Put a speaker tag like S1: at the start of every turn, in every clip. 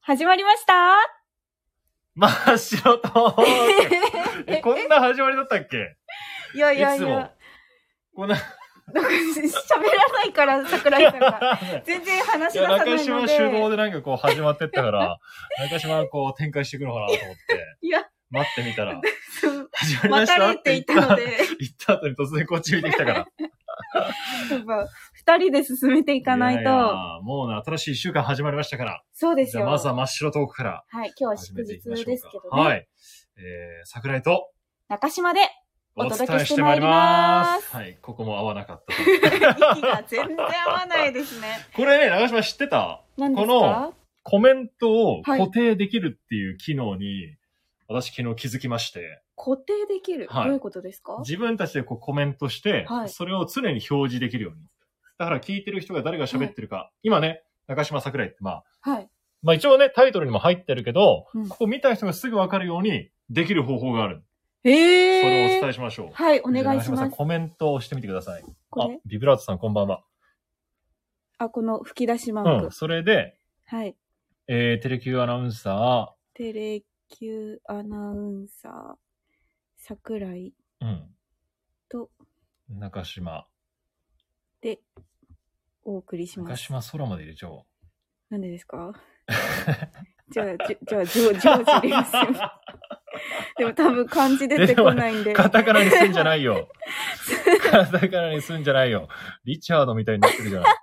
S1: 始まりました
S2: 真っ白とークえ、こんな始まりだったっけ
S1: いやいやい
S2: いつも
S1: や。
S2: こんな、
S1: なんか喋らないから、桜井さんが。全然話 し
S2: い
S1: 出
S2: や、
S1: さないの
S2: 中
S1: で。
S2: 島主導でなんかこう始まってったから、 中島がこう展開していくのかなと思って、
S1: いや、
S2: 待ってみたら、
S1: そう
S2: 始まりま
S1: ま
S2: した
S1: たねって言ったので、
S2: 言った後に突然こっち見てきたから。
S1: やっぱ、二人で進めていかない
S2: いやい
S1: と。
S2: やもうね、新しい一週間始まりましたから。
S1: そうです
S2: じゃあ
S1: よ。
S2: まずは
S1: は
S2: 真っ白トークから
S1: い、今日は
S2: 始
S1: 祝
S2: めていきまし
S1: 日
S2: ょ
S1: ですけ
S2: う
S1: ど
S2: か。
S1: ね。
S2: はい。えー、桜井と
S1: 中島で、
S2: お
S1: お
S2: 伝
S1: 届け
S2: え
S1: し
S2: してて
S1: ま
S2: ま
S1: い
S2: い
S1: り
S2: り
S1: ま
S2: ますす。はい、ここも合わなかった。
S1: 息が全然合わないですね。
S2: これね、長島知ってた
S1: 何です
S2: こ
S1: か
S2: のコメントを
S1: はい
S2: 固定できるっていう機能に、私昨日気づきまして、
S1: 固定できる、
S2: はい
S1: どういうことですか
S2: 自分たちでこうコメントして、
S1: はい
S2: それを常に表示できるように。だから聞いてる人が誰が喋ってるか、今ね、中島桜井ってまあ、
S1: はい。
S2: まあ一応ね、タイトルにも入ってるけど、
S1: うん
S2: ここ見た人がすぐわかるようにできる方法がある。それをお
S1: え
S2: 伝
S1: ー
S2: え。しましょう。
S1: はい、お願い
S2: じゃあ長
S1: し
S2: 島さ
S1: ま
S2: ん
S1: す。
S2: コメントをしてみてください。あ
S1: これ、
S2: ビブラートさんこんばんは。
S1: あ、この吹き出しマー
S2: う
S1: ク
S2: ん、。それで、
S1: はい。
S2: えー、テレキューアナウンサ
S1: テレキューアナウンサー、桜井
S2: ー、うん、
S1: と
S2: 中島。
S1: でお送りしま
S2: 中
S1: す。
S2: 島空まで入れちゃおう。
S1: なんでです かじゃあ、じじゃあ、ジョージョージです よ。でも多分漢字出てこないんで。
S2: カタカナにすんじゃないよ。カタカナにすんじゃないよ。リチャードみたいになってるじゃない。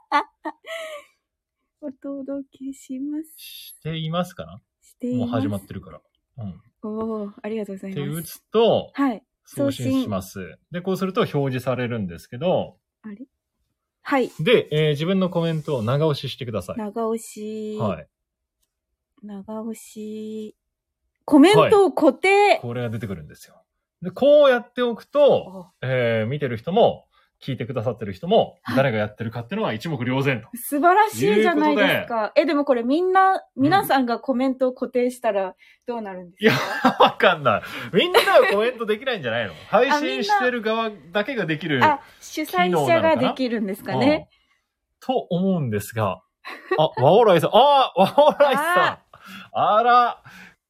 S1: お届けします。
S2: していますかな
S1: していま
S2: もう
S1: す。
S2: 始まってるから。うん。
S1: おお、ありがとうござい
S2: って
S1: ま
S2: 打
S1: す。
S2: つと、
S1: はい。
S2: 送信します。で、こうすると表示されるんですけど、
S1: あれはい。
S2: で、えー自分のコメントを長押ししてください。
S1: 長押し、
S2: はい。
S1: 長押し、コメントを固定、
S2: これが出てくるんですよ。で、こうやっておくと、
S1: お
S2: えー見てる人も、聞いてくださってる人も、誰がやってるかっていうのは一目瞭然と。
S1: 素晴らしいじゃないですか。え、でもこれみんな、皆さんがコメントを固定したらどうなるんですか、
S2: わかんない。みんながコメントできないんじゃないの配信してる側だけができる。
S1: あ、主催者ができるんですかね。
S2: うんと思うんですが。あ、ワオライさん。あー、ワオライさん。あら、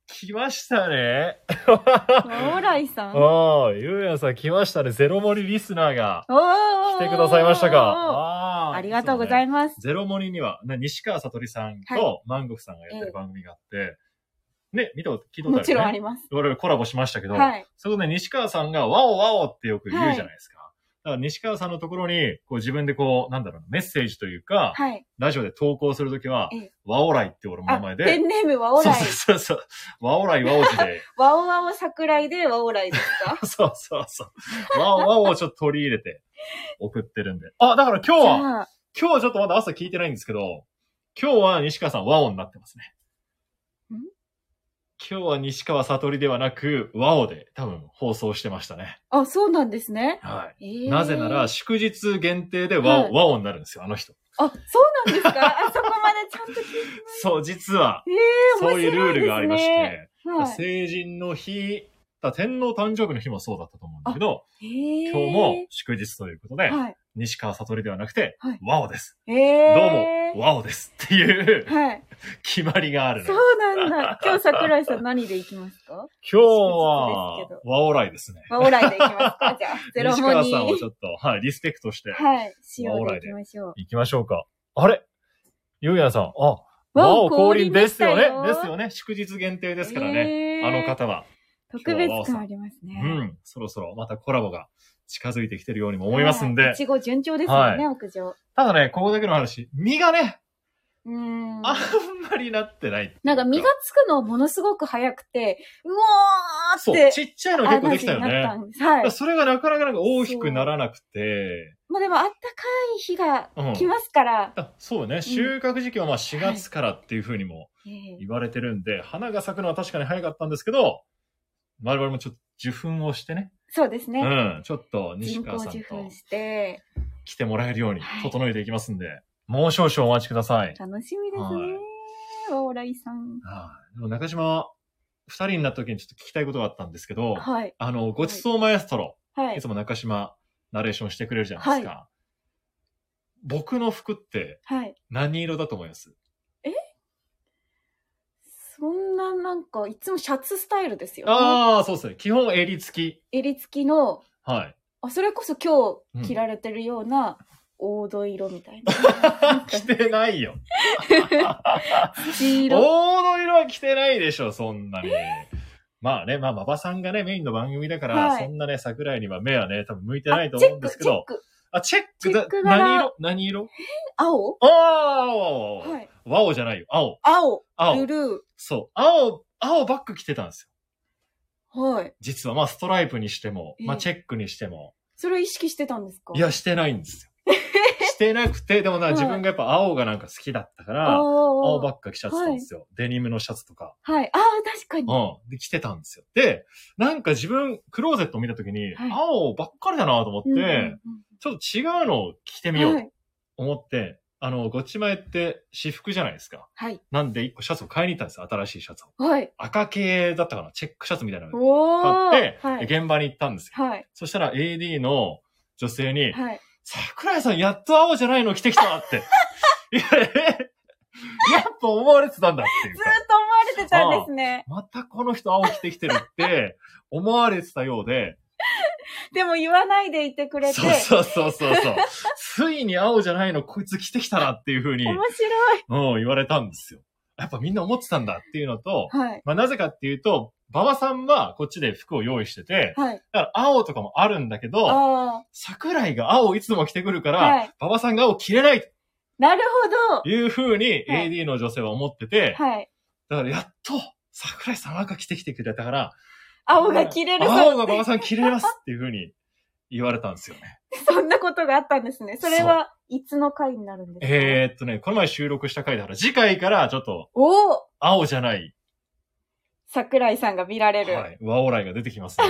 S2: 来ましたね。
S1: オーライさん。お
S2: ああ、ゆうやさん来ましたね。ゼロモリリスナーが
S1: ー
S2: 来てくださいましたか。
S1: あ
S2: あー
S1: りがとうござ
S2: ま
S1: います。
S2: す。ゼロモリには、な西川さとりさん
S1: は
S2: と万国さんがやってる番組があって、ね、見たこと、聞いたこと
S1: も
S2: あるよね
S1: ちろんあります。
S2: 我々コラボしましたけど、
S1: はい
S2: そこで西川さんがワオワオってよく言うじゃないですか。だから西川さんのところに、こう自分でこう、なんだろうな、メッセージというか、
S1: はい。
S2: ラジオで投稿するときは
S1: ええ、
S2: ワオライって俺も名
S1: あ
S2: 前、
S1: ペ
S2: で、
S1: ンネームワオライ。
S2: そうそうそうそう、ワオライワオジ で、
S1: ワオワオ桜井でワオライですか
S2: そうそうそう、ワオワオをちょっと取り入れて送ってるんで。あ、だから今日
S1: じ
S2: は、
S1: ゃあ、
S2: 今日はちょっとまだ朝聞いてないんですけど、今日は西川さんワオになってますね
S1: ん。
S2: 今日は西川さとりではなく、ワオで多分放送してましたね。
S1: あ、そうなんですね。
S2: はい。
S1: えー
S2: なぜなら、
S1: あ、
S2: 祝日限定で和
S1: はい
S2: を、和音になるんですよ、あの人。
S1: そうなんですかあそこまでちゃんと聞いて。
S2: そう、実は、
S1: えー、
S2: そう
S1: 面白いですね。
S2: いうルールがありまして、
S1: はい。
S2: 成人の日、だ天皇誕生日の日もそうだったと思うんだけど、
S1: 今
S2: 今日も祝日ということで、
S1: はい。
S2: 西川悟りではなくて
S1: はい、
S2: 和音です。
S1: え
S2: どう
S1: え
S2: も、和音ですっていう
S1: はい。
S2: 決まりがあるの
S1: そ
S2: よ。
S1: うなん だ。今日桜井さん何で行きますか
S2: 今日
S1: 祝日です
S2: は
S1: け、
S2: 和音来ですね。
S1: まあ、オーライで行きます かじゃあ、ゼロ
S2: 西
S1: モ
S2: 川
S1: ニ
S2: さんを
S1: ー
S2: ち。ょっと、はい、リスペクトして、
S1: はい。しようで行きましょう。
S2: 行きましょうか。あれゆうやさん、あ、
S1: 和
S2: 和
S1: を
S2: を降臨ですよね
S1: 降臨。で
S2: で
S1: し
S2: す
S1: たよ
S2: よね。祝日限定ですから
S1: え
S2: ね。
S1: ー
S2: あの方は。
S1: 特別感ありますね。
S2: うん。そろそろまたコラボが近づいてきてるようにも思いますんで。
S1: はいいちご順調ですよね、
S2: は
S1: 屋上。
S2: ただね、ここだけの話、実がね、
S1: うーん。
S2: あんまりなってない。
S1: なんか実がつくのものすごく早くて、うおーっ
S2: そう、
S1: て。
S2: ちっちゃいの結構できたよ
S1: あなぜになった
S2: ね。
S1: んですはい。
S2: それがなかなかなんか大きくならなくて、
S1: まあでもあったかい日が
S2: うん
S1: 来ますから。
S2: あそうよね。収穫時期はまあ4月からっていうふうにも
S1: ええ
S2: 言われてるんで、花が咲くのは確かに早かったんですけど、我々もちょっと受粉をしてね、
S1: そうですね。
S2: うん、ちょっと西
S1: 人工
S2: 川さん
S1: 受
S2: と
S1: 粉して、
S2: 来てもらえるように
S1: はい
S2: 整えていきますんで、もう少々お待ちください。
S1: 楽しみです
S2: は
S1: ね。オーライさん。
S2: はいでも中島、二人になった時にちょっと聞きたいことがあったんですけど、
S1: はい。
S2: あの、ごちそうマエストロ、
S1: はい
S2: い、。つも中島ナレーションしてくれるじゃないですか。僕の服って
S1: はい。
S2: 何色だと思います
S1: なんか、いつもシャツスタイルですよ、ね。
S2: ああ、そうですね。基本襟付き。
S1: 襟付きの、
S2: はい。
S1: あ、それこそ今日着られてるような、黄土色みたいな。
S2: 着てないよ。
S1: 黄
S2: 黄土
S1: 色。
S2: 色は着てないでしょ、そんなに。まあね、まあ、馬場さんがね、メインの番組だから、
S1: はい
S2: そんなね、桜井には目はね、多分向いて
S1: あ
S2: ないと
S1: チェ
S2: 思う
S1: ッ
S2: んで
S1: ク、
S2: すけ
S1: チェッ
S2: ど。
S1: ク。
S2: あ、チェッ
S1: チ
S2: ク
S1: ェ
S2: だ
S1: ック柄
S2: 何色何色
S1: 青
S2: ああ、青青青、
S1: はい。
S2: 青青じゃないよ。青。
S1: 青、ブ
S2: 青。
S1: ル
S2: そう。青、青バック着てたんですよ。
S1: ー。はい。
S2: 実は、まあ、ストライプにしても、まあ、
S1: ええ
S2: チェックにしても。
S1: それを意識してたんですか
S2: いや、してないん ですよ。してなくて、でもな、
S1: はい
S2: 自分がやっぱ青がなんか好きだったから、青
S1: 青
S2: ばっか着ちゃってたんですよ。デニムのシャツとか。
S1: はい。ああ、確かに。
S2: うん。で、着てたんですよ。で、なんか自分、クローゼット見たときに、
S1: はい
S2: 青ばっかりだなと思って、
S1: うんうん
S2: ちょっと違うのを着て
S1: うん
S2: みよう
S1: は
S2: と
S1: い。
S2: 思って、あの、ごちまえって私服じゃないですか。
S1: はい。
S2: なんで一個シャツを買いに行ったんですよ。新しいシャツを。
S1: はい。
S2: 赤系だったかな。チェックシャツみたいなのを
S1: おお。
S2: 買って、
S1: はい。
S2: 現場に行ったんですよ。
S1: はい。
S2: そしたら AD の女性に、
S1: はい。
S2: 桜井さんやっと青じゃないの着てきたわ って。いや、えやっぱ思われてたんだっていう
S1: ずー
S2: か。
S1: っと思われてたんですね。
S2: またこの人青着てきてるって思われてたようで。
S1: でも言わないでいてくれて。
S2: そうそうそうそうそう。ついに青じゃないのこいつ着てきたなっていうふうに、うん
S1: 面、白い。
S2: 言われたんですよ。やっぱみんな思ってたんだっていうのと、
S1: はい。
S2: まあなぜかっていうと、馬場さんはこっちで服を用意してて、
S1: はい。
S2: だから青とかもあるんだけど、
S1: ああ。
S2: 桜井が青いつも着てくるから、
S1: はい
S2: 馬場さんが青着れない
S1: なるほど。
S2: いうふうに
S1: はい
S2: AD の女性は思ってて、
S1: はい。
S2: だからやっと桜井さん赤着てきてくれたから、
S1: 青が切れるそう。
S2: 青が馬場さん着れますっていうふうに言われたんですよね。
S1: そんなことがあったんですね。それはいつの回になるんですか
S2: えーっとね、この前収録した回だから、次回からちょっと
S1: おお
S2: 青じゃない、
S1: 桜井さんが見ら
S2: は
S1: れる。
S2: い、和オライが出てきますの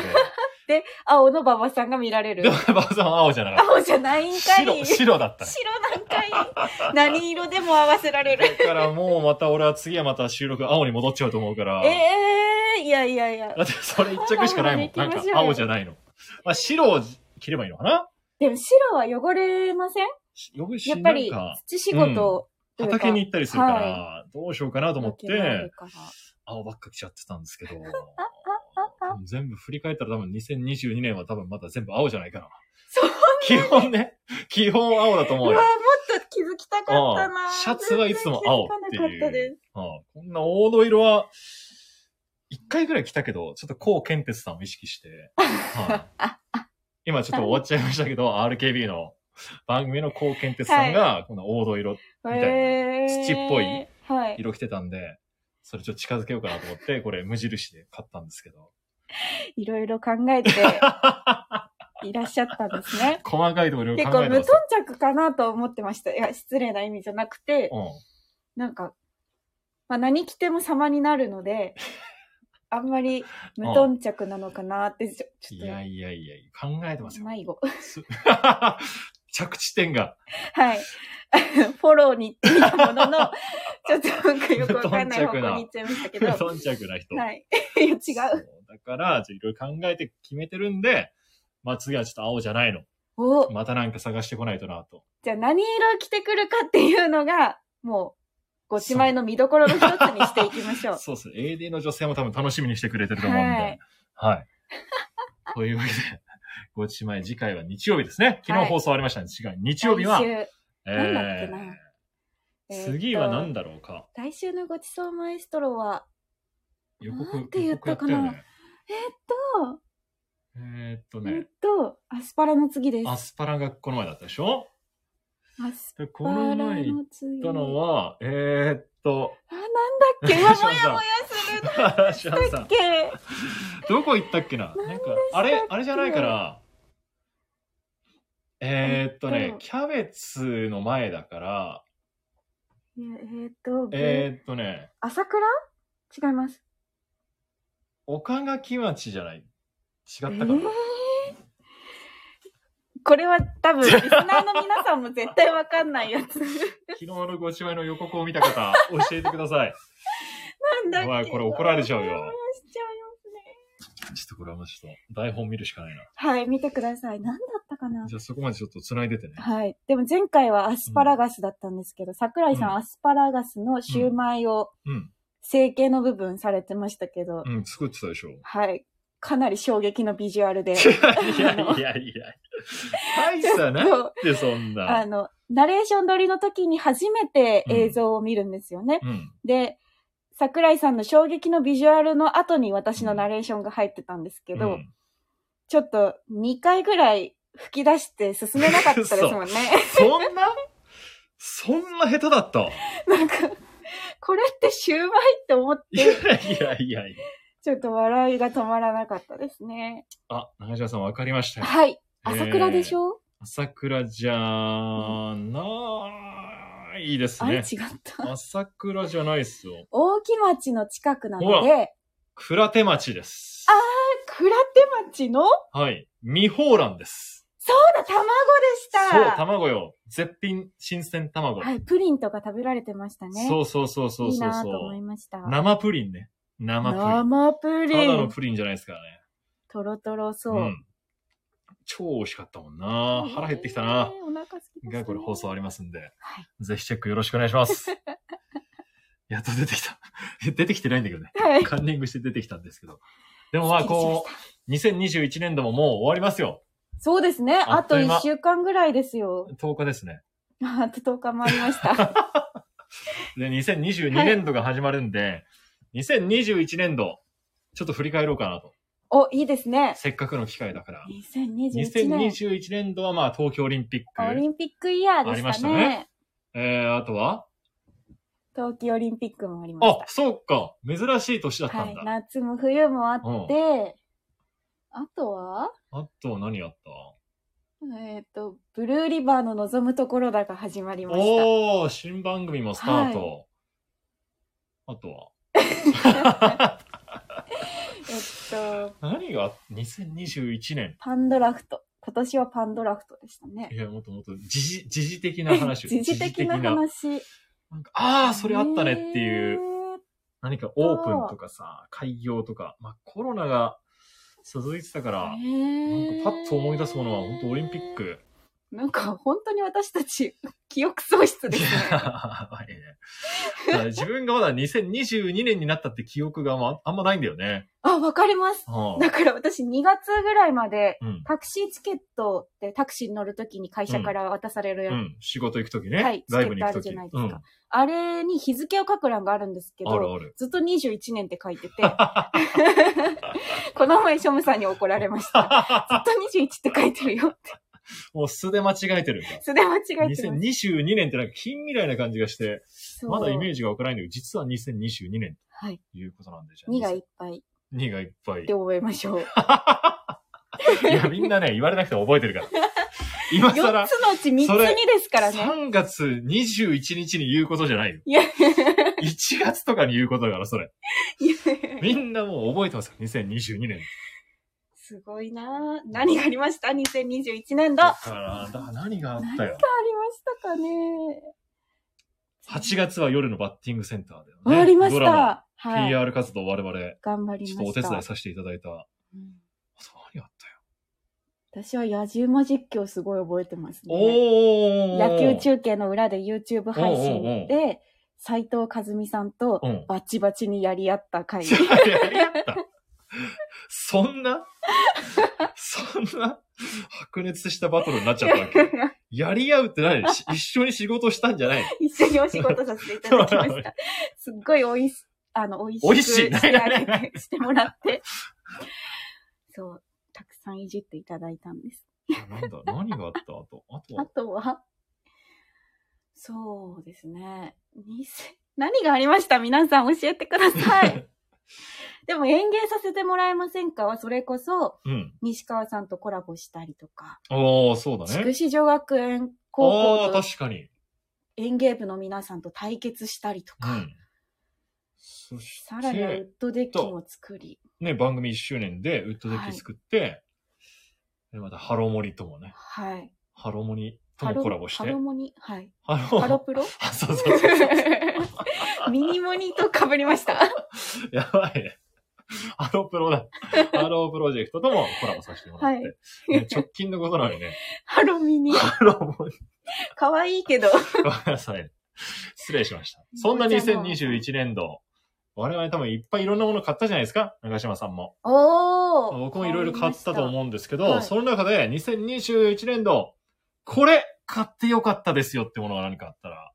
S1: 青の馬場さんが見られ
S2: で、
S1: る
S2: でも。馬場さんは青じゃなかっ
S1: 青じゃない
S2: た。
S1: んかい。
S2: 白、白だったね。
S1: 白なんかい。何色でも合わせられる。
S2: だからもうまた俺は次はまた収録青に戻っちゃうと思うから、
S1: ええいやいやいや。
S2: だってそれ一着しかないもん。
S1: 青のままで行き
S2: なん
S1: まし
S2: か
S1: ょうよ
S2: 青じゃないの。まあ白を着ればいいのかな
S1: でも白は汚れません
S2: よくし
S1: やっぱり
S2: なんか
S1: 土仕事というか、
S2: 畑に行ったりするから、
S1: は
S2: どうしようかなと思っ
S1: 時もある
S2: て、
S1: から
S2: 青ばっか来ちゃってたんで すけど、全部振り返ったら多分2022年は多分まだ全部青じゃないかな。
S1: そ
S2: 基本ね、基本青だと思
S1: う
S2: う
S1: わ
S2: よ。
S1: もっと気づきたかったな
S2: うんシャツはいつも青っていう
S1: 全然気づかなかったです
S2: うんこんな黄土色は、一回ぐらい来たけど、ちょっと高健哲さんを意識して、 はい今ちょっと終わっちゃいましたけど、RKB の番組の高健哲さんが、この黄土色みたいな
S1: へー
S2: 土っぽい
S1: はい。
S2: 色着てたんで、それちょっと近づけようかなと思って、これ無印で買ったんですけど。。
S1: いろいろ考えていらっしゃったんですね
S2: 細かいところいろ
S1: 結
S2: いろ考
S1: 構
S2: えて
S1: 無
S2: ます
S1: 頓着かなと思ってました。いや、失礼な意味じゃなくて、
S2: よ。
S1: なんか、まあ何着ても様になるの で、あんまり無頓着なのかなって、ちょ
S2: うん。
S1: ち
S2: い
S1: ょ
S2: や
S1: っ
S2: いやいや、考えてます
S1: と、
S2: よ。
S1: 迷子。
S2: す着地点が。
S1: はい。フォローに行ってみたものの、ちょっとなんかよくわかんない方
S2: 無頓着
S1: 向
S2: な
S1: に行っちゃいましたけど。
S2: 無
S1: は
S2: 頓着な人。
S1: い。 いや違。
S2: そうう。だから、ちょっといろいろ考えて決めてるんで、まあ次はちょっと青じゃないの。
S1: お
S2: またなんか探してこないとなと。
S1: じゃあ何色着てくるかっていうのが、もう、ご自前の見どころの一つにしていきましょ う。
S2: そうですね。AD の女性も多分楽しみにしてくれてると思うんで。
S1: は
S2: はい
S1: い。
S2: というわけで、ごちまえ次回は日曜日ですね。昨
S1: は
S2: 日
S1: い
S2: 放送ありましたね。次回日曜日は
S1: 来、週なんだっけな
S2: え
S1: えー
S2: ー
S1: っと
S2: 次は何だろうか。
S1: 来週のごちそうマエストロは、
S2: 予告、
S1: なんて言ったか
S2: 予
S1: な
S2: 告や
S1: と、
S2: たよねえーっと
S1: えっ
S2: ね、
S1: と、アスパラの次です。
S2: ア
S1: ア
S2: スパラがこの前だったでしょ
S1: ス
S2: で、こ
S1: パラ
S2: の前行っ
S1: の次。
S2: たのは、えーっと、
S1: あ、なんだっけうわ、もやもや
S2: シャン
S1: する
S2: さ
S1: だっ
S2: ん。
S1: け
S2: どこ行ったっけななんか、あれ、あれじゃないから、えーっと
S1: えっ
S2: ね
S1: と、
S2: キャベツの前だから、
S1: いやえっと、
S2: えーっとね、
S1: 朝倉違います。
S2: 岡垣町じゃない違ったか
S1: え
S2: な、
S1: ーこれは多 分、リスナーの皆さんも絶対わかんないやつ。
S2: 昨日のご芝居の予告を見た方、教えてください。
S1: なんだっけ
S2: お前これ怒られちゃうよ
S1: もやもやしちゃいますね
S2: ちょっとこれはもうちょっと台本見るしかないな。
S1: はい、見てください。なんだったかな
S2: じゃあそこまでちょっと繋いでてね。
S1: はい。でも前回はアスパラガスだったんですけど、桜井さ
S2: うん
S1: んアスパラガスのシューマイを
S2: うん。
S1: 整形の部分されてましたけど、
S2: うん、作ってた でしょ。
S1: はい。かなり衝撃のビジュアル で、
S2: いやいやいや。大したなって、そん
S1: あ
S2: な。
S1: の、ナレーション撮りの時に初めて映像を見るんですよね。
S2: うん。
S1: で、桜井さんの衝撃のビジュアルの後に私のナレーションが入ってたんですけど、
S2: うん
S1: ちょっと2回ぐらい吹き出して進めなかったですもんね。
S2: そんなそんな下手だった。
S1: なんか、これってシューマイって思っ
S2: いや
S1: て、
S2: いやいやいや。
S1: ちょっと笑いが止まらなかったですね。
S2: あ、中島さんわかりましたよ。
S1: はい。朝倉でし
S2: ょ
S1: ょ、
S2: 朝倉じゃないです
S1: あれ違
S2: ね
S1: っ。た。
S2: 朝倉じゃないですよ。
S1: 大木町の近くなの
S2: ほ
S1: で、
S2: 倉手町です。
S1: 倉手町のそう
S2: はい。未放蘭です。
S1: だ、卵でした
S2: そう、卵よ。絶品新鮮卵。
S1: はい、プリンとか食べられてましたね。
S2: そうそうそうそう
S1: いい
S2: そう
S1: なぁ
S2: そ。
S1: と思いうました。
S2: 生プリンね。生プリン。
S1: 生プ
S2: た
S1: リ
S2: だの
S1: ン。
S2: プリンじゃないですからね。
S1: とろとろそう。
S2: ん。超美味しかったもんな。腹減ってきたな
S1: え。ーお腹空きましたね
S2: が、これ放送ありますんで。
S1: はい
S2: ぜひチェックよろしくお願い します。やっと出てきた。 出てきてないんだけどね。
S1: はい。
S2: カンニングして出てきたんですけど。でもまあこう、2021年度ももう終わりますよ。
S1: そうですね。
S2: あ
S1: あ
S2: っと
S1: と
S2: いう間
S1: 1週間ぐらいですよ。
S2: 10日ですね。
S1: あと10日もありました。
S2: で、2022
S1: はい
S2: 年度が始まるんで、2021年度、ちょっと振り返ろうかなと。
S1: お、いいですね。
S2: せっかくの機会だから。
S1: 2021年。
S2: 2021年度はまあ東京オリンピッ
S1: オリ
S2: ク。
S1: ンピックイヤー
S2: あ
S1: で
S2: り
S1: し
S2: ましたた
S1: ね。
S2: ねえー、あとは
S1: 冬季オリンピックもありまし
S2: あ
S1: た、。
S2: そうか。珍しい年だった
S1: は
S2: ん
S1: い
S2: だ。。
S1: 夏も冬もあって、あとは
S2: あと何やった
S1: えっ、と、ブルーリバーの望むところだが始まりました。
S2: おー、新番組もスタート。あとは
S1: えっと、
S2: 何が2021年
S1: パンドラフト。今年はパンドラフトでしたね
S2: い。や、もっともっと時 事、時事的な話を。
S1: 時事的な
S2: 時事的な
S1: 話。
S2: なんかああ、それあったねっていう、
S1: う。
S2: 何かオープンとかさ、開業とか、まあコロナが続いてたから、なんかパッと思い出すものは本当オリンピッ。ク。
S1: なんか本当に私たち、記憶喪失で
S2: い
S1: す
S2: や
S1: ね。
S2: や ばいねだから自分がまだ2022年になったって記憶があんまあんまないんだよね。
S1: あ、わかります。
S2: は
S1: だから私2月ぐらいまで、
S2: あ、うん。
S1: タクシーチケットってタクシーに乗るときに会社から渡されるやつ、
S2: うん。仕事行くときね。
S1: はい
S2: ライブに行くとき。
S1: チケットあるじゃない
S2: うん。
S1: ですあれに日付を書く欄があるんですけ
S2: ある
S1: ど、
S2: ある。
S1: ずっと21年って書いて て、この前、ショムさんに怒られました。ずっと21って書いてるよって。
S2: もう素で間違えてるんだ。
S1: 素で間違えてます。
S2: 2022年ってなんか近未来な感じがして、
S1: そう
S2: まだイメージがわからないんだけど、実は2022年
S1: はい。
S2: ということなんで、じゃあ。
S1: 2がいっぱい
S2: 2がいっぱい
S1: で。覚えましょう。
S2: いや、みんなね、言われなくても覚えてる から。今
S1: 4つの
S2: 更、
S1: うち3つ
S2: それ
S1: にですからね。
S2: 3月21日に言うことじゃないよ。
S1: いや、いや
S2: 1月とかに言うことだから、それ。
S1: いや
S2: みんなもう覚えてますよ、2022年。
S1: すごいなぁ何がありました ?2021 年度。
S2: だ
S1: あ
S2: から、だから何があった
S1: りま
S2: よ。
S1: したかね。
S2: 8月は夜のバッティングセンターだよね。
S1: 終わりまし
S2: ドラ
S1: た。
S2: マ、
S1: はい。
S2: PR 活動我々、ち
S1: 頑張りま
S2: ょ
S1: し。
S2: ったとお手伝いさせていただいた。あ
S1: うん
S2: と何があったよ。
S1: 私は野獣馬実況すごい覚えてますね。
S2: おー
S1: 野球中継の裏で YouTube 配
S2: おうおうお
S1: 信
S2: う
S1: で、斎藤和美さんと
S2: うん。
S1: バチバチにやり合った 回。
S2: やり合った。そんなそんな白熱したバトルになっちゃったわけ。やり合うって何し一緒に仕事したんじゃないの
S1: 一緒にお仕事させていただきました。 すっごいおいし、あの、おいし
S2: お
S1: く
S2: いしい
S1: してあげ
S2: ないない
S1: て、してもら って。そう、たくさんいじっていただいたんです。
S2: なんだ、何があったあと。あと
S1: あ
S2: は、
S1: とは、そうですね。2000何がありました皆さん教えてくださ い。でも演芸させてもらえませんかは、それこそ、
S2: うん。
S1: 西川さんとコラボしたりとか、
S2: ああ、そうだ
S1: 筑
S2: ね。
S1: 紫女学園
S2: あ
S1: 高
S2: あ、
S1: 校と
S2: 確かに。
S1: 演芸部の皆さんと対決したりと
S2: う
S1: か、
S2: ん。そし
S1: さらにはウッ
S2: て、
S1: ドデッキも作り、
S2: ね、番組1周年でウッドデッキ作って、でまたハロモニともね、
S1: はい。
S2: ハロモニともコラボして。
S1: ハロモニ、 はい。
S2: ハ
S1: ハロプロ
S2: あそうそうそう。
S1: ミニモニと被りました。
S2: やばいね。ハロプロだ。ハロープロジェクトともコラボさせてもらって。ね直近のことなのにね。
S1: ハロミニ。
S2: ハローモニ。
S1: 可愛いけど。
S2: ごめんなさい。失礼しました。そんな2021年度、我々多分いっぱいいろんなもの買ったじゃないですか長島さんも。
S1: おー
S2: 僕もいろいろ買ったと
S1: う。
S2: 思うんですけ
S1: は
S2: ど、
S1: い
S2: その中で2021年度、これ買ってよかったですよってものが何かあったら、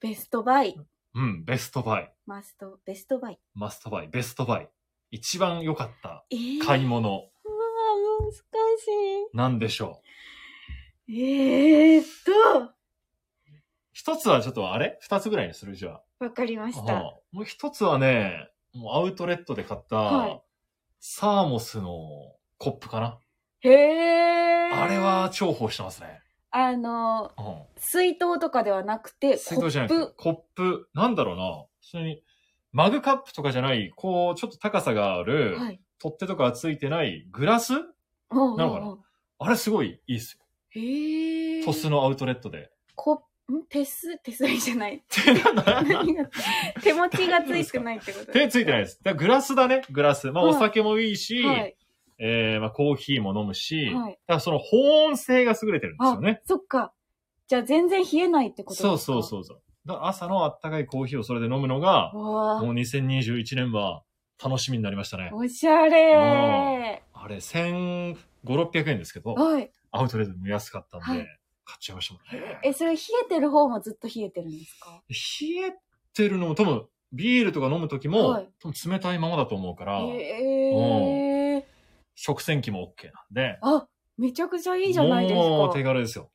S1: ベストバイ。
S2: うん、ベストバイ、
S1: マスト、ベストバイ。
S2: マストバイ、ベストバイ、一番良かった
S1: えー、
S2: 買い物
S1: うわー難し
S2: なんでしょう。
S1: い。えー、っと、
S2: 一つはちょっとあれ二つぐらいにするじゃあ。
S1: わかりまし
S2: は
S1: た。
S2: あもう一つはね、もうアウトレットで買った、
S1: はい
S2: サーモスのコップかな。
S1: へえ。
S2: あれは、重宝してますね。
S1: あの、
S2: うん。
S1: 水筒とかではなくて、
S2: 水筒じゃな
S1: コ
S2: く
S1: ッ
S2: て、コップ、なんだろうな。普通に、マグカップとかじゃない、こう、ちょっと高さがある
S1: プ。、はい。
S2: 取っ手とかついてないグラス
S1: おうおうおう
S2: なのかなあれすごいいいっすよ。
S1: へえ。
S2: トスのアウトレットで。
S1: こ、ん手す、手すりじゃない。
S2: 手
S1: 何が 手持ちがついてないってこと
S2: ついてないです。だからグラスだね、グラス。まあ、
S1: はい
S2: お酒もいいし、
S1: はい。
S2: えーまあ、コーヒーも飲むし、
S1: はい
S2: だからその保温性が優れてるんですよね。
S1: そっか。じゃあ全然冷えないってことですか
S2: そうそうそうそう。だから朝のあったかいコーヒーをそれで飲むのが、
S1: う。わ
S2: もう2021年は楽しみになりましたね
S1: ー。おしゃれ
S2: あれ、1500、600円ですけど
S1: ー。、はい。
S2: アウトレットでも安かったんで、
S1: はい
S2: 買っちゃいましたもんね。
S1: え、それ冷えてる方もずっと冷えてるんですか
S2: 冷えてるのも多分、ビールとか飲む時も、
S1: はい
S2: 多分冷たいままだと思うから、
S1: ええー。
S2: 食洗機も OK なんで、
S1: あ、めちゃくちゃいいじゃないですか。
S2: もう手軽ですよ。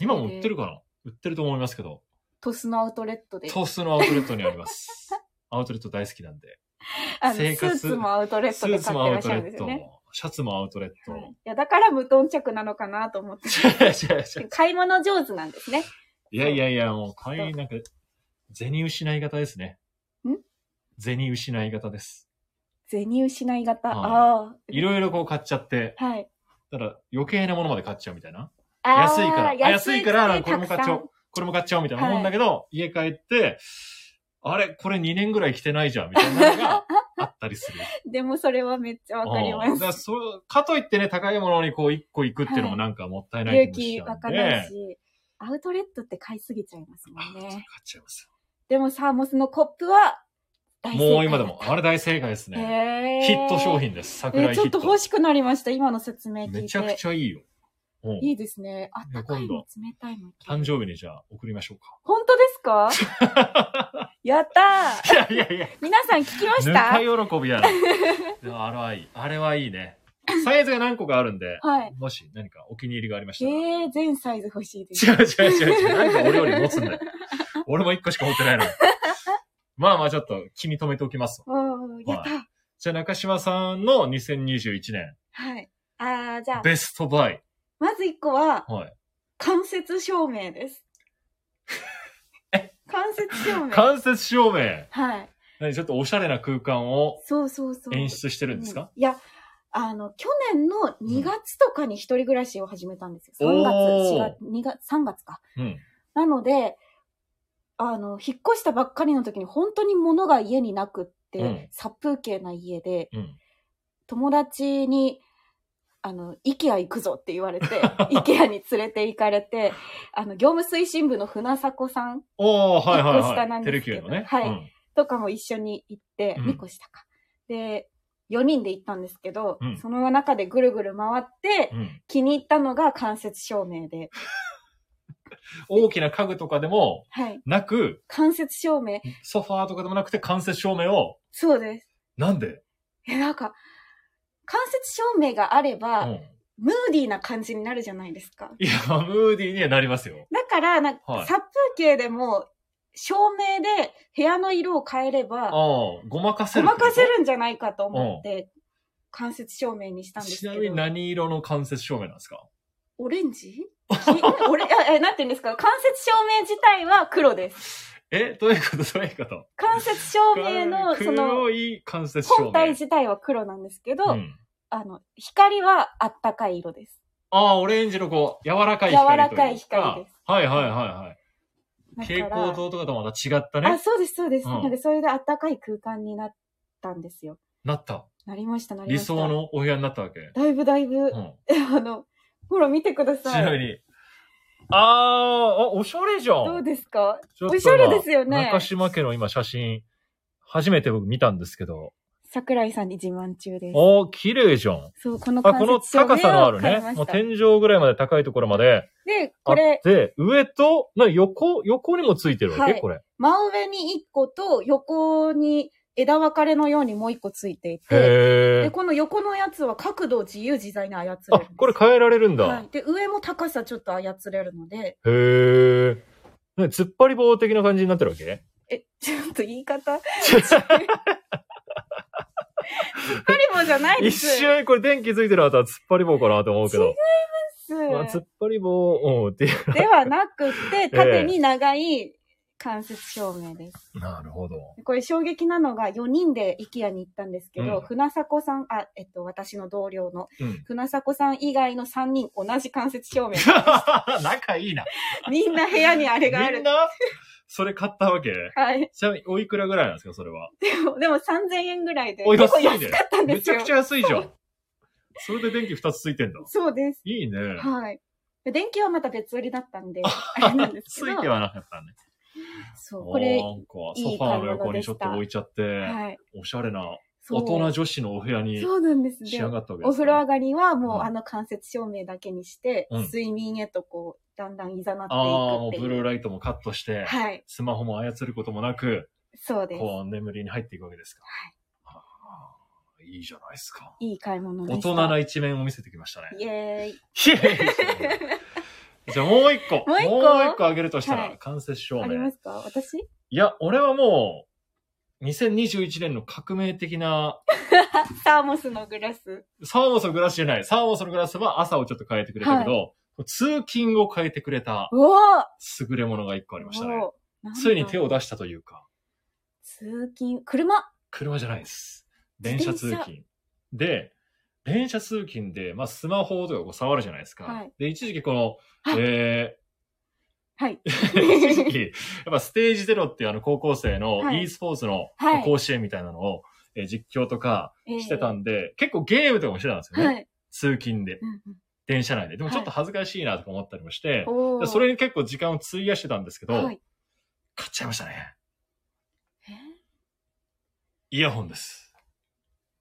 S2: 今も売ってる
S1: か
S2: かな売ってると思いますけど、
S1: トスのアウトレットで。
S2: トーストのアウトレットにあ ります。アウトレット大好きなんで。
S1: あの、ス
S2: 生活
S1: ーツもアウトレッ
S2: ス
S1: トで
S2: ーツ
S1: 買っ
S2: も
S1: て
S2: ア
S1: ら
S2: ウ
S1: っし
S2: ト
S1: ゃる
S2: レ
S1: んで
S2: ッ
S1: すよ
S2: ト
S1: ね。、
S2: シャツもアウトレット。
S1: はいいや、だから無頓着なのかなと思って。
S2: 違う違う違う
S1: 買い物上手なんですね。
S2: いやいやいや、もう、買い、なんか、銭失い型ですね。
S1: ん
S2: 銭失い型です。
S1: 銭失い型。
S2: はい
S1: ああ。
S2: いろいろこう買っちゃって、
S1: はい。
S2: ただ余計なものまで買っちゃうみたいな。
S1: あー
S2: 安いから、あ安いから、
S1: くて
S2: これも買っちゃおう。これも買っちゃおうみたいなもんだけど、家帰って、あれこれ2年ぐらい着てないじゃんみたいな のがあったりする。
S1: たくさんでもそれはめっちゃわかり
S2: うん
S1: ま
S2: だ
S1: す。
S2: からそうかといってね、高いものにこう1個行くっていうのもなんかもったいない
S1: 勇
S2: 気もし
S1: 気
S2: ちゃ
S1: わ
S2: うんで。
S1: かないし。アウトレットって買いすぎちゃいますも
S2: あ
S1: ん
S2: 買っ
S1: ね。
S2: ちゃいます
S1: でもサーモスのコップは
S2: よ。
S1: 大正解
S2: もう今でも、あれ大正解です
S1: へ
S2: ね。
S1: ー
S2: ヒット商品です。桜
S1: えち
S2: 井ヒ
S1: ょ
S2: ッ
S1: っと
S2: ト。
S1: 欲しくなりました、今の説明聞
S2: め
S1: い
S2: ちゃく
S1: て。
S2: ちゃいいよ。うん
S1: いいですね。あったかい
S2: 今
S1: も
S2: 度
S1: 冷たいも。
S2: 誕生日にじゃあ送りましょうか。
S1: 本当ですか やったー
S2: いやいやいや。
S1: 皆さん聞きまし
S2: ぬ
S1: た
S2: か喜びやな。でもあれはいい。あれはいいね。サイズが何個かあるんで、
S1: はい
S2: もし何かお気に入りがありましたら。
S1: えー、全サイズ欲しいです。
S2: 違う違う違う違う。なんか俺より持つんだよ。俺も一個しか持ってないのに。まあまあちょっと気に留めておきますわ。
S1: おーやった、
S2: じゃあ中島さんの2021年、
S1: はい。あー、じゃあ、
S2: ベストバイ。
S1: まず一個は、
S2: はい。
S1: 間接照明です。間接照明。
S2: 間接照明。
S1: はい。
S2: 何ちょっとおしゃれな空間を
S1: そうそうそう。
S2: 演出してるんですか
S1: うんいや、あの、去年の2月とかに一人暮らしを始めたんですよ。
S2: お
S1: 3
S2: ー
S1: 月、4月、2月、3月か。
S2: うん。
S1: なので、あの、引っ越したばっかりの時に本当に物が家になくって、
S2: うん
S1: 殺風景な家で、
S2: うん。
S1: 友達に、あの、IKEA 行くぞって言われ て、IKEA に連れて行かれて、あの、業務推進部の船迫さん
S2: おー、はいはい
S1: 一個下な
S2: は
S1: ん
S2: い。
S1: で
S2: テレ
S1: すけ
S2: キ
S1: ど
S2: ューのね。
S1: はい
S2: うん
S1: とかも一緒に行って、
S2: うん
S1: 2個下か。で、4人で行ったんですけど、
S2: うん
S1: その中でぐるぐる回って、
S2: うん。
S1: 気に入ったのが間接照明で、
S2: 大きな家具とかでも
S1: はい。
S2: なく、
S1: 間接照明、
S2: ソファーとかでもなくて間接照明を、
S1: そうです。
S2: なんで、
S1: え、なんか、間接照明があれ
S2: う
S1: ば、
S2: ん、
S1: ムーディーな感じになるじゃないですか。
S2: いや、ムーディーにはなりますよ。
S1: だから、なんか、
S2: はい
S1: 殺風景でも、照明で部屋の色を変えれ
S2: あ
S1: ば、、
S2: あごまかせ
S1: ご
S2: るっ
S1: ま
S2: てこと。
S1: かせるんじゃないかと思って、間接照明にしたんです
S2: ち
S1: けど。
S2: なみに何色の間接照明なんですか
S1: オレンジき オレえ、えなんて言うんですか間接照明自体は黒です。
S2: えどういうことどういうこと
S1: 間接照明の、その、
S2: 黒い間接照明。
S1: 本体自体は黒なんですけど、
S2: うん
S1: あの、光はあったかい色です。
S2: ああ、オレンジのこう、柔らかい光というか。
S1: 柔らかい光です
S2: はいはいはい
S1: だ
S2: はい。
S1: から
S2: 蛍光灯とかとまた違った
S1: あ、
S2: ね。
S1: そうです、そうです。
S2: うん
S1: なんで、それであったかい空間になったんですよ。
S2: なった。
S1: なりました、なり
S2: 理
S1: ました。
S2: 想。のお部屋になったわけ。
S1: だいぶ、だいぶ、
S2: うん。
S1: あの、ほら、見てくだ
S2: ち
S1: さ。
S2: ないみに。ああ、あおしゃれじゃん。
S1: どうですか
S2: ちょっと
S1: おしゃれですよね
S2: 中島家の今写真、初めて僕見たんですけど、
S1: 桜井さんに自慢中です。
S2: おー、綺麗じゃん。
S1: そう、この
S2: あ、
S1: 関
S2: この
S1: 節症
S2: 高さのある
S1: 目を変え
S2: ね。
S1: ま
S2: も
S1: し
S2: う
S1: た
S2: 天井ぐらいまで高いところまで
S1: で、
S2: あ
S1: こ
S2: っ
S1: れ、
S2: て、上と、な、横、横にもついてるわけ、
S1: はい
S2: これ。
S1: 真上に1個と横に枝分かれのようにもう1個ついていて、
S2: へ
S1: で、
S2: え。
S1: この横のやつは角度を自由自在に操れるんです。
S2: あ、これ変えられるんだ。
S1: はい。で、上も高さちょっと操れるので、
S2: へえ。ね、突っ張り棒的な感じになってるわ け
S1: え、ちょっと言い方、 パリボじゃないで
S2: 一
S1: す。
S2: 瞬、これ電気ついてる後は突っ張り棒かなと思うけど。まあ、
S1: で
S2: 突っ張り棒、うん、っていう。
S1: ではなくて、縦 に長い関節照明です。
S2: なるほど。
S1: これ衝撃なのが4人で IKEA に行ったんですけど、
S2: うん
S1: 船迫さん、あ、えっと、私の同僚の
S2: うん。
S1: 船迫さん以外の3人同じ関節照明。
S2: 仲いいな。
S1: みんな部屋にあれがあ
S2: みん
S1: る。
S2: な、それ買ったわけ
S1: はい。
S2: ちなみに、おいくらぐらいなんですか、それは。
S1: でも3000円ぐらいで。
S2: お
S1: 結
S2: 安
S1: 構
S2: いね
S1: 安かったん
S2: め
S1: です
S2: ちゃ
S1: よ
S2: くち。ゃ安いじゃん。それで電気2つついてんだ。
S1: そうです。
S2: いいね。
S1: はい。で電気はまた別売りだったんで、あれなんです
S2: つ
S1: け
S2: い
S1: ど
S2: て。はなかったね。
S1: そう、これ
S2: な、んか、ソ
S1: いい
S2: ファーの横にちょっと
S1: 買い物
S2: 置
S1: で
S2: いちゃって、
S1: はい。
S2: おしゃれな
S1: そう
S2: 大人女子のお部屋に
S1: そうなんですね。
S2: 仕上がったわけ
S1: お
S2: です
S1: 風
S2: ね
S1: 呂上がりはもう
S2: うん
S1: あの間接照明だけにして、
S2: うん
S1: 睡眠へとこう、だんだん誘っていく
S2: ああ、も
S1: っ
S2: う
S1: て
S2: ブ
S1: いう。
S2: ルーライトもカットして、
S1: はい、
S2: スマホも操ることもなく、
S1: そうです。
S2: こう眠りに入っていくわけですか。ああいいじゃないですか。
S1: いい買い物で
S2: 大
S1: した。
S2: 人な一面を見せてきましたね。
S1: イエーイ。
S2: いやいやいやじゃあもう一個。
S1: もう一個
S2: あげるとした
S1: は
S2: ら、
S1: い
S2: 間接照
S1: あり
S2: 明
S1: ま。すか私
S2: いや、俺はもう、2021年の革命的な、
S1: サーモスのグラス。
S2: サーモスのグラスじゃない。サーモスのグラスは朝をちょっと変えてくれたけど、通勤を変えてくれた
S1: うおー
S2: 優れものが一個ありましたね。
S1: おー
S2: ついに手
S1: なんだ
S2: を出したというか、
S1: 通勤、車
S2: 車じゃないです。電車通
S1: 自
S2: 勤。で、電車通勤で、まあスマホとかこう触るじゃないですか。
S1: はい
S2: で、一時期この、
S1: はい
S2: え
S1: はい。
S2: ー、一時期、やっぱステージゼロっていうあの高校生の
S1: はい
S2: e スポーツの
S1: はい
S2: 甲子園みたいなのを、えー実況とか
S1: えー
S2: してたんで、結構ゲームとかもしてたんですよね。
S1: はい。
S2: 通勤で、
S1: うんうん
S2: 電車内で。でも
S1: はい
S2: ちょっと恥ずかしいなとか思ったりもして、
S1: おー
S2: でそれに結構時間を費やしてたんですけど、
S1: はい。
S2: 買っちゃいましたね。
S1: えー
S2: イヤホンです。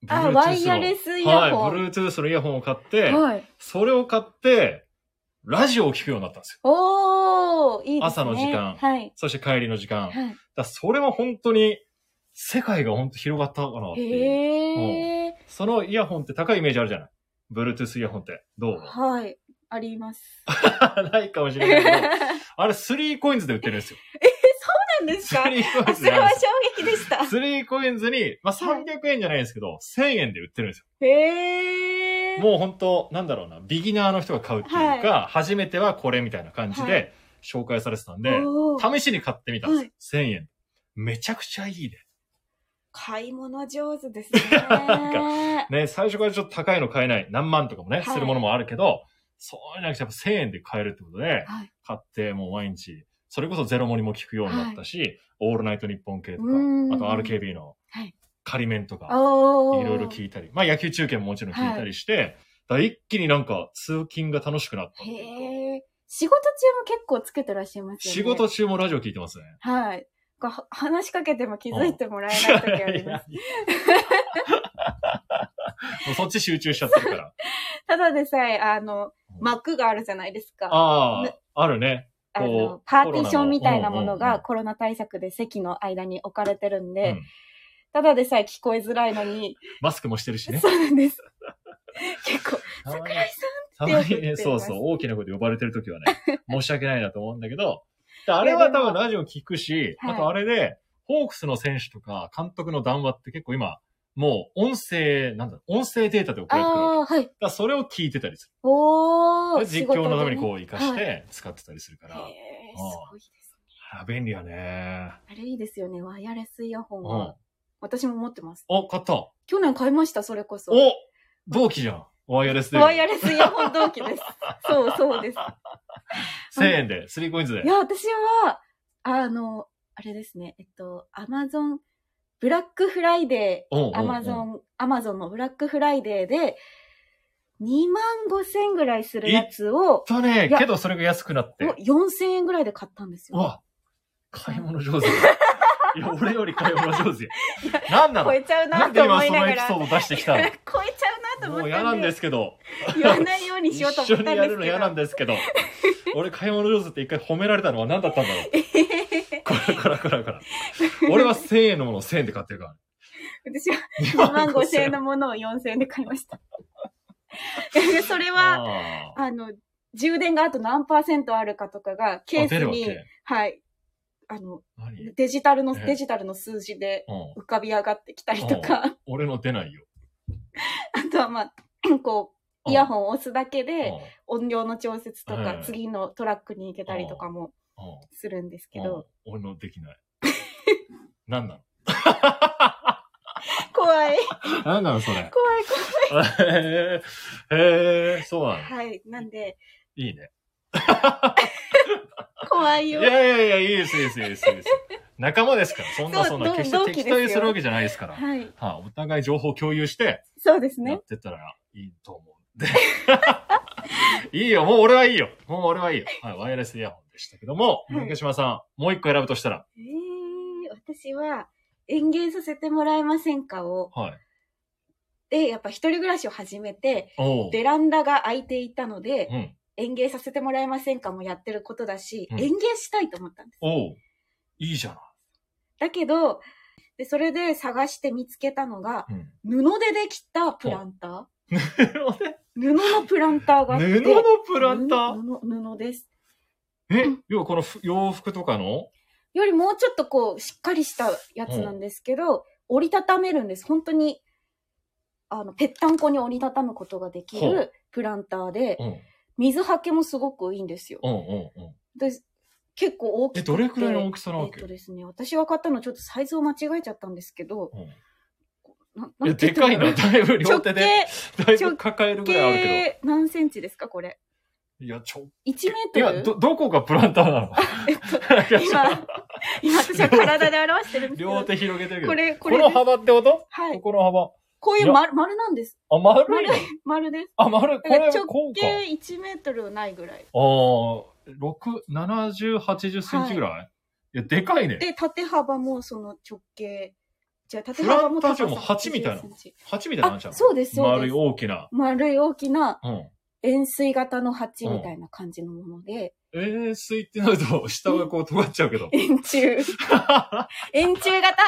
S1: あ、
S2: Bluetooth の
S1: ワイヤレスイヤホ
S2: はい、
S1: ン。
S2: Bluetooth のイヤホンを買って、
S1: はい。
S2: それを買って、ラジオを聞くようになったんですよ。
S1: おー、いいですね。
S2: 朝の時間
S1: はい。
S2: そして帰りの時間。だか
S1: はい。
S2: らそれは本当に、世界が本当広がったかなっていう。
S1: へえ。
S2: そのイヤホンって高いイメージあるじゃない ?Bluetooth イヤホンって。 どう
S1: はい。あります。
S2: ないかもし
S1: え、
S2: れ
S1: そう
S2: ないけど、
S1: な
S2: あれ 3coins で売ってるんですよ。
S1: んですか
S2: 3coins
S1: あ、それは衝撃でした。
S2: スリーコインズに、まあ、
S1: はい
S2: 300円じゃないですけど、1000円で売ってるんですよ。
S1: へえ。
S2: もう本当なんだろうな、ビギナーの人が買うっていうか、初めてはこれみたいな感じ
S1: は
S2: で紹介されてたんで、
S1: おー
S2: 試しに買ってみたんですよ。1000円。めちゃくちゃいいね。
S1: 買い物上手ですね。
S2: なんね、最初からちょっと高いの買えない、何万とかもね、
S1: はい
S2: するものもあるけど、そうじゃなくてやっぱ1000円で買えるってことで、
S1: はい
S2: 買ってもう毎日、それこそゼロモニも聞くようになったし、オールナイト日本系とか、
S1: うーん
S2: あと RKB の
S1: はい
S2: 仮面とか、
S1: お
S2: いろいろ聞いたり、まあ野球中継ももちろん聞いたりして、だから一気になんか通勤が楽しくなったっていうか。
S1: へえ。仕事中も結構つけてらっしゃいますよね。
S2: 仕事中もラジオ聞いてますね。
S1: はい。こうは話しかけても気づいてもらえない時あり
S2: いや
S1: ます。
S2: いやもうそっち集中しちゃってるから。
S1: ただでさえ、あの、
S2: うん
S1: 幕があるじゃないですか。
S2: あ
S1: ね
S2: あ、あるね。
S1: あ
S2: こ
S1: の
S2: う、
S1: パーティションみたいなもの
S2: うんうんう
S1: が
S2: ん
S1: コロナ対策で席の間に置かれてるん
S2: う
S1: で、
S2: ん、
S1: ただでさえ聞こえづらいのに、
S2: マスクもしてるしね。
S1: そうなん です。結構、
S2: たまに
S1: 桜井さん
S2: たまにね、そうそう、大きな声で呼ばれてる時 はね、申し訳ないなと思うんだけど、であれは多分ラジオ聞くし、
S1: はい
S2: あとあれで、ホークスの選手とか監督の談話って結構今、もう音声、なんだろう、音声データで送られてくるわけ。だか
S1: ああー、はい。
S2: らそれを聞いてたりする。
S1: おー。
S2: 実況のために
S1: う。
S2: こう活かし
S1: は
S2: て使ってたりするか
S1: へ
S2: ら。
S1: え、
S2: うん
S1: すごいですね。
S2: あ便利やね。
S1: あれいいですよね、ワイヤレスイヤホン
S2: う
S1: は
S2: ん。。
S1: 私も持ってます。
S2: お、買った。お
S1: 去年買いました、それこそ。
S2: 同期じゃん。ワイヤレスで。
S1: ワイヤレスイヤホン同期 です。そうそうです。
S2: 1000円で、3コインズで
S1: い。や、私は、あの、あれですね、えっと、アマゾン、ブラックフライデ
S2: うんうんうん
S1: ー、アマゾン、アマゾンのブラックフライデーで、2万5千ぐらいするやつを、
S2: だね
S1: いや
S2: けどそれが安くなって
S1: もう。4000円ぐらいで買ったんです
S2: う
S1: よ。
S2: わ、買い物上手だ。いや、俺より会話が上手よ。なんな
S1: 超
S2: の
S1: えちゃう
S2: な
S1: なっ
S2: ん
S1: て
S2: で今
S1: 思い
S2: そ
S1: な
S2: の
S1: が
S2: エピ
S1: ら
S2: ソード出してきた
S1: 超
S2: の
S1: えちゃうな と思
S2: も
S1: っ
S2: う
S1: た
S2: 嫌
S1: ん
S2: なん
S1: で
S2: ですけど。
S1: 言わないようにし
S2: 一
S1: ようと
S2: 緒
S1: 思ったんですけ
S2: に
S1: ど
S2: やるの嫌なんです けど。俺買い物上手って一回褒められたのは何だったんだろう。こらこらこらこら。俺は1000円のものを1000円で買ってるから。
S1: 私は
S2: 2
S1: 2万5千円のものを4千円で買いました。 それは、
S2: は、
S1: あの、充電があと何パーセントあるかとかが、ケー
S2: 出
S1: ス
S2: るわ
S1: に、
S2: け。
S1: はい。あの、
S2: 何
S1: デジタルの、
S2: ええ
S1: デジタルの数字で
S2: うん。
S1: 浮かび上がってきたりとか、
S2: 俺の出ないよ。
S1: あとはまあ、 こう、イヤホンを押すだけ
S2: うん。
S1: で、音量の調節と
S2: え
S1: か
S2: え、
S1: 次のトラックに行けたりとかも
S2: うん
S1: するんですけ
S2: うん
S1: ど、
S2: 俺のできない。何な
S1: 怖い、
S2: の何なのそれ。
S1: 怖い、
S2: へえ、へえ、そうな
S1: 怖い。
S2: の。
S1: はい。なんで、
S2: いいね。
S1: 怖い
S2: い
S1: よ。
S2: やいやいや、いいです、いいです、いいです。いいです仲間ですから。そんな
S1: そう
S2: そんな、
S1: 同
S2: 決して
S1: 同期で
S2: 敵
S1: すよ
S2: 対するわけじゃないですから。はい、
S1: はい。
S2: お互い情報共有して、
S1: そうです
S2: や
S1: ね。
S2: ってったらいいと思 うんで。いいよ、もう俺はいいよ。もう俺はいいよ。はい、ワイヤレスイヤホンでしたけども、
S1: はい
S2: 竹島さん、もう一個選ぶとしたら、
S1: えー、私は、園芸させてもらえませんかを、
S2: はい。
S1: で、やっぱ一人暮らしを始めて、
S2: おう。
S1: ベランダが空いていたので、
S2: うん。
S1: 園芸させてもらえませんかもやってることだし、
S2: うん
S1: 園芸したいと思ったんです。
S2: おう。いいじゃな
S1: だけど、で、それで探して見つけたのが、
S2: い。うん。
S1: 布でできたプランタ
S2: 布で
S1: ー布のプランターがあって。
S2: 布のプランター
S1: 布布布です。
S2: え、要はこのふ洋服とかの
S1: よりもうちょっとこう、しっかりしたやつなんですけど、折りたためるんです。本当に、あの、ぺったんこに折りたたむことができ
S2: ほう
S1: るプランターで
S2: う、ん。うん
S1: 水はけもすごくいいんですよ。
S2: うんうん。
S1: で結構大きくて。
S2: え、どれくらいの大きさなわ
S1: えっ
S2: け、
S1: とですね、私が買ったのちょっとサイズを間違えちゃったんですけど、
S2: うん
S1: な
S2: いうや、
S1: んて言
S2: で
S1: った
S2: からい
S1: いいの
S2: な。だいぶ両
S1: 直
S2: 手
S1: 径
S2: で、だいぶ抱えるぐらいあるけ
S1: 径何センチですか、これ。
S2: ど。いや、ちょ、
S1: 1メ
S2: いや、
S1: ートル
S2: ど、どこがプランターなの
S1: えっと、
S2: なん か
S1: 今、今私は体で表してるんですけど。
S2: 両手広げてるけ
S1: こ
S2: ど。こ
S1: れ、これで
S2: の
S1: す。
S2: 幅ってこと、
S1: はい。
S2: ここの幅。
S1: こういう丸、丸なんです。
S2: あ、丸い
S1: 丸
S2: の、
S1: 丸です。
S2: あ、丸い。これ、こ
S1: 直
S2: うか。
S1: 径1メートルないぐらい。
S2: あー、六70、80センチぐらい、い、や、でかいね。
S1: で、縦幅もその直径。じゃあ縦
S2: フラ
S1: 幅
S2: ン
S1: も
S2: ター
S1: 高
S2: ジ
S1: さ
S2: ョンも鉢みたい
S1: 80
S2: な
S1: センチ
S2: 鉢みたいなのあ
S1: あ
S2: るじゃ、ん。
S1: そうです、そう
S2: 丸
S1: で
S2: い
S1: す。
S2: 大きな。
S1: 丸い大きな
S2: うん。
S1: 円錐型の鉢みたいな感じのもので、
S2: えー、水ってなると、下がこう尖っちゃうけど。
S1: 円柱。円柱型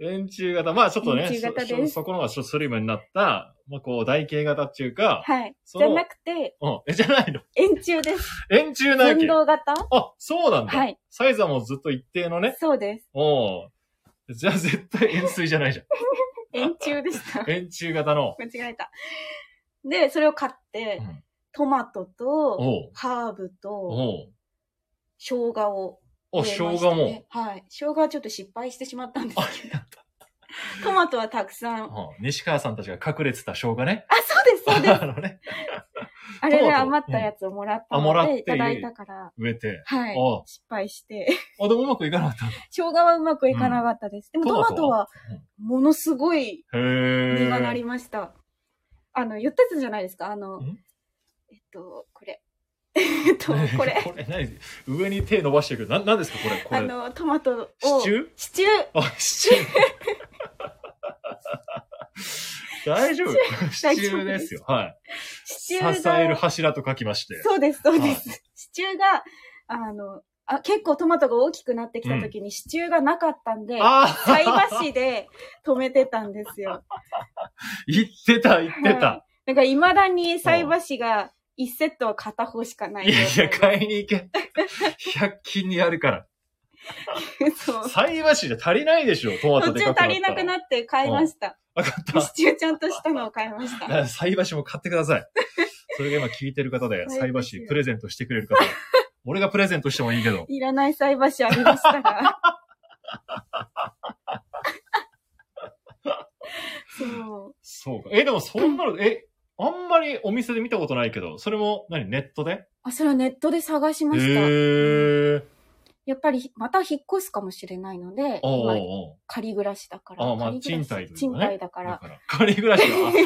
S2: 円柱型。まあちょっとね、
S1: 円柱型
S2: そ
S1: です
S2: そそこのがスリムになった、まあこう台形型っていうか、
S1: はい。
S2: そ
S1: じ
S2: の
S1: ゃなくて、
S2: うん、え、じゃないの。
S1: 円柱です。
S2: 円柱なわけ
S1: 運。動型
S2: あ、そうなんだ。
S1: はい。
S2: サイズはもうずっと一定のね。
S1: そうです。
S2: おうじゃあ絶対円錐じゃない じゃ
S1: 円柱で した。
S2: ん。円柱型の。
S1: 間違えた。で、それを買って
S2: う、ん、
S1: トマトと、
S2: おう
S1: ハーブと、
S2: おう
S1: 生姜を
S2: お、
S1: 植え
S2: 生
S1: ました
S2: 姜も
S1: ね。はい。生姜はちょっと失敗してしまったんですけ ど。トマトはたくさん。あ、
S2: うん西川さんたちが隠れてた生姜ね。
S1: そうです、そうです。
S2: あのね、
S1: あれ
S2: トマ
S1: で
S2: ト
S1: 余ったやつをもらった
S2: うんあもら
S1: の
S2: っ
S1: で、
S2: て
S1: いただいたから。
S2: 植えて。
S1: はい
S2: あ。
S1: 失敗して。
S2: あ、でもうまくいかなかったんだ。
S1: 生姜はうまくいかなかったです。でもトマトはものすごい
S2: へえ。
S1: 実がなりました。あの、言ったやつじゃないですかあの
S2: ん、
S1: えっと、これ。 えっと、これ。
S2: これ何上に手伸ばしてるけど、な、なんですかこれ、こ
S1: あ
S2: れ。
S1: の、トマトを。
S2: シチュー
S1: シチュー
S2: あ、シ チュー。大丈
S1: 大
S2: 夫
S1: 丈夫
S2: シチューですよ。はい。
S1: シ
S2: 支
S1: チューが
S2: える柱と書きまして。
S1: そうです、そうです。支柱が、あの、あ結構トマトが大きくなってきた時に支柱がなかったんで、
S2: あ
S1: 菜
S2: あ
S1: 箸で止めてたんですよ。
S2: 言ってた、言ってた。
S1: なんか未だに菜箸が1セットは片方しかない
S2: い
S1: 状態
S2: や
S1: で。
S2: いや、買いに行け。100均にあるから。
S1: そう。
S2: 菜箸じゃ足りないでしょ、トマ
S1: 途
S2: トでか
S1: 中
S2: くなったら。
S1: 足りなくなって買いました。
S2: わかっ
S1: 支
S2: た。
S1: 柱ちゃんとしたのを買いました。
S2: だ菜箸も買ってください。それが今聞いてる方で、菜
S1: 菜箸
S2: 箸プレゼントしてくれる方。俺がプレゼントしてもいいけど。
S1: いらない菜箸ありましたが。 そう。
S2: そうか。え、でもそんなの、え、あんまりお店で見たことないけど、それも何、ネットで
S1: あ、それはネットで探しま
S2: へ
S1: した。
S2: ー。
S1: やっぱりまた引っ越すかもしれないので、
S2: おう
S1: 今
S2: おう
S1: 仮暮らしだから。
S2: あまあ
S1: 仮暮らし
S2: 賃貸という
S1: 賃
S2: かね
S1: 貸だか
S2: おうだ
S1: ら。
S2: から。仮暮らし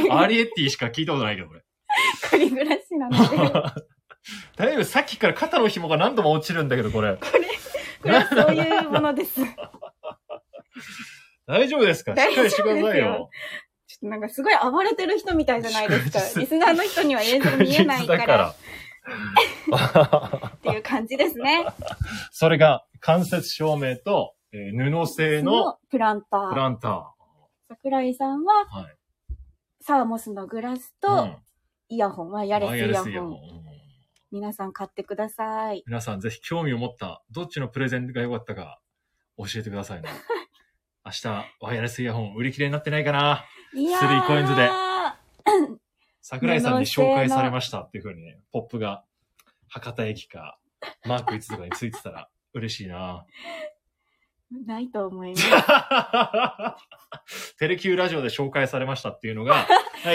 S2: は、あアリエッティしか聞いたことないけど、俺。
S1: 仮暮らしなので。
S2: だいぶさっきから肩の紐が何度も落ちるんだけど、これ。
S1: これはそういうものです。ちょ
S2: 大丈夫ですかしっかりしてくださいよ。
S1: っとなんかすごい暴れてる人みたいじゃないですか
S2: 祝。日
S1: リスナーの人には映像見えないか
S2: 祝日だ
S1: ら
S2: から。
S1: っていう感じですね。
S2: それが間接照明と、えー布製の
S1: プランター。
S2: プランター。は。
S1: 桜井さんはいサーモスのグラス
S2: う
S1: と
S2: ん
S1: イヤホン、まあ、ヤレス
S2: ワ
S1: イ
S2: イヤレ
S1: ヤ
S2: スイヤホン
S1: ホン。皆さん買ってください。
S2: 皆さんぜひ興味を持った、どっちのプレゼンが良かったか教えてく ださいね。明日、ワイヤレスイヤホン売り切れになってないかない
S1: や
S2: 3coins で
S1: ー
S2: 桜井さんに紹介されましたっていうふうにね、ポップが博多駅かマーク1とかについてたら嬉しいな
S1: ないと思います。
S2: テレキューラジオで紹介されましたっていう のが、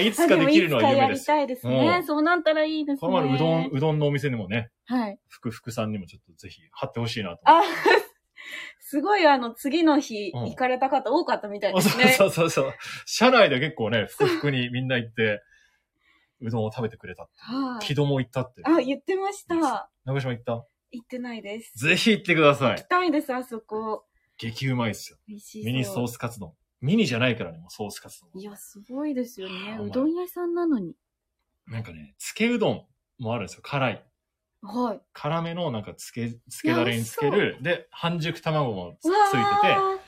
S2: いつかできるのは夢
S1: あ。も
S2: です
S1: いつかやりたいですね。
S2: うん
S1: そうなったらいいです
S2: この前のうどん
S1: ね、。
S2: うどんのお店でもね、
S1: はい。
S2: 福福さんにもちょっとぜひ貼ってほしいなと思って。
S1: あ、 すごいあの、次の日
S2: うん
S1: 行かれた方多かったみたいです
S2: そう
S1: ね。
S2: そうそうそう。社内で結構ね、福福にみんな行って、うどんを食べてくれたって。
S1: は
S2: 木
S1: い。
S2: 戸も行ったって。
S1: あ、言ってました。
S2: 長島行った
S1: 行ってないです。
S2: ぜひ行ってくださ
S1: 行
S2: い
S1: き。たいです、あそこ。
S2: 激うまいっすよ。
S1: 美味しい。
S2: ミニソースカツ丼。ミニじゃないからね、もうソースカツ丼
S1: い。や、すごいですよ
S2: は
S1: ね。
S2: あ
S1: うどん屋さんなのに。
S2: なんかね、つけうどんもあるんですよ。辛い。
S1: はい。
S2: 辛めのなんかつけ、つけだれにつけ
S1: いや
S2: る。で、半熟卵もつつ
S1: わ
S2: いてて、
S1: ー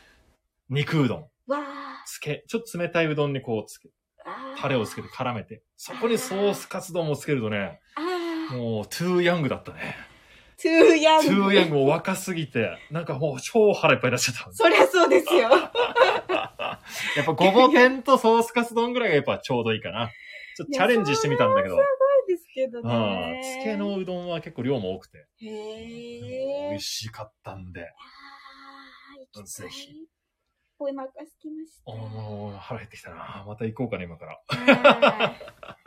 S2: 肉うどん。
S1: わ
S2: つけ、ちょっと冷たいうどんにこうつけ、
S1: ー
S2: タレをつけて絡めて、そこにソースカツ丼をつけるとね、
S1: あー
S2: もう、トゥーヤングだったね。
S1: トゥーヤ
S2: ト
S1: ング。
S2: ゥーヤングも若すぎて、なんかもう超腹いっぱいになっちゃった。
S1: そりゃそうです よ。
S2: やっぱごぼ天とソースカツ丼ぐらいがやっぱちょうどいいかな。ちょっとチャレンジしてみたんだけど。
S1: ですけど
S2: うん。
S1: ね。
S2: つけのうどんは結構量も多くて、
S1: へ
S2: でも
S1: え。
S2: 美味しかったんで、
S1: あー
S2: ぜひ。
S1: お腹空きまし
S2: おーもう腹減ってきたな。また行こうかね、今から。
S1: た。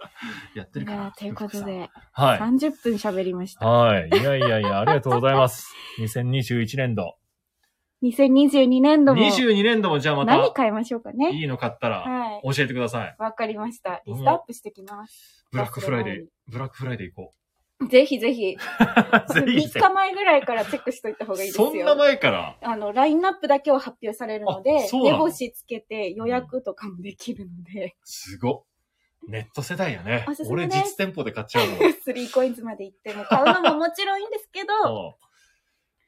S2: やってるかな。
S1: ということ
S2: 福々
S1: で、
S2: さん。はい。
S1: 30分喋りました。
S2: はい。いやいやいや、ありがとうございます。2021年度。
S1: 2022年度も
S2: 22年度もじゃあま
S1: 何
S2: た、
S1: 買いましょうかね。
S2: いいの買ったら、
S1: はい。
S2: 教えてください。
S1: わかりました。リストアップしてきます。
S2: ブラックフライデー。ブラックフライデー行こ
S1: ぜひぜ ひ、
S2: う。
S1: 3日前ぐらいからチェックしといた方がいいですよ。
S2: そんな前から、
S1: あの、ラインナップだけを発表されるので、
S2: あそう
S1: 目
S2: なの
S1: 星つけて予約とかもできるので、
S2: すごっ。ネット世代やね
S1: おす。すめ
S2: 俺
S1: です
S2: 実店舗で買っちゃう もん
S1: 3コインズまで行っても買うのももちろんいいんです けど、
S2: うん。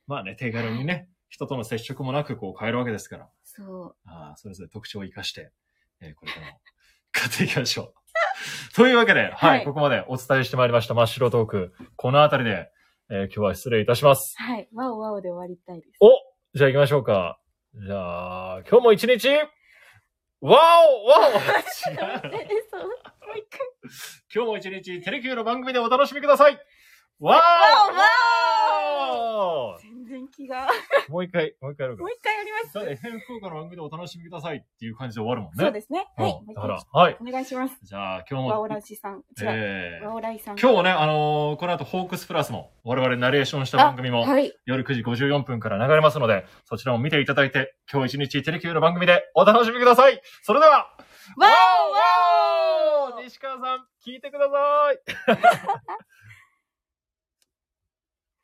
S2: まあね、手軽にね、人との接触もなくこう買えるわけですから、
S1: そう。
S2: あーそれぞれ特徴を生かして、えーこれからも買っていきましょう。というわけ で、はい、
S1: はい
S2: ここまでお伝えしてまいりました真っ白トーク。このあたりで、えー今日は失礼いたします。
S1: はい。ワオワオで終わりたい です。
S2: おじゃあ行きましょうか。じゃあ、今日も一日、ワオワオ 違う
S1: え、そう。もう一回。
S2: 今日も一日、テレキューの番組でお楽しみくださいワオワ
S1: 全然気 が。
S2: オもう一回、もう一回やろうか
S1: もう。一回やります。
S2: だって、変風化の番組でお楽しみくださいっていう感じで終わるもんね。
S1: そうですね。はい。
S2: うん
S1: もう一回
S2: だから、はい。
S1: お願いします。
S2: じゃあ、今日
S1: ワオ
S2: も、
S1: ラジさん。違う。
S2: えー
S1: ワオライさん。
S2: 今日ね、あのーこの後、ホークスプラスも、我々ナレーションした番組も、
S1: はい。
S2: 夜9時54分から流れますので、そちらも見ていただいて、今日一日テレキューの番組でお楽しみくださいそれでは、
S1: ワオ
S2: オ西川さん、聞いてください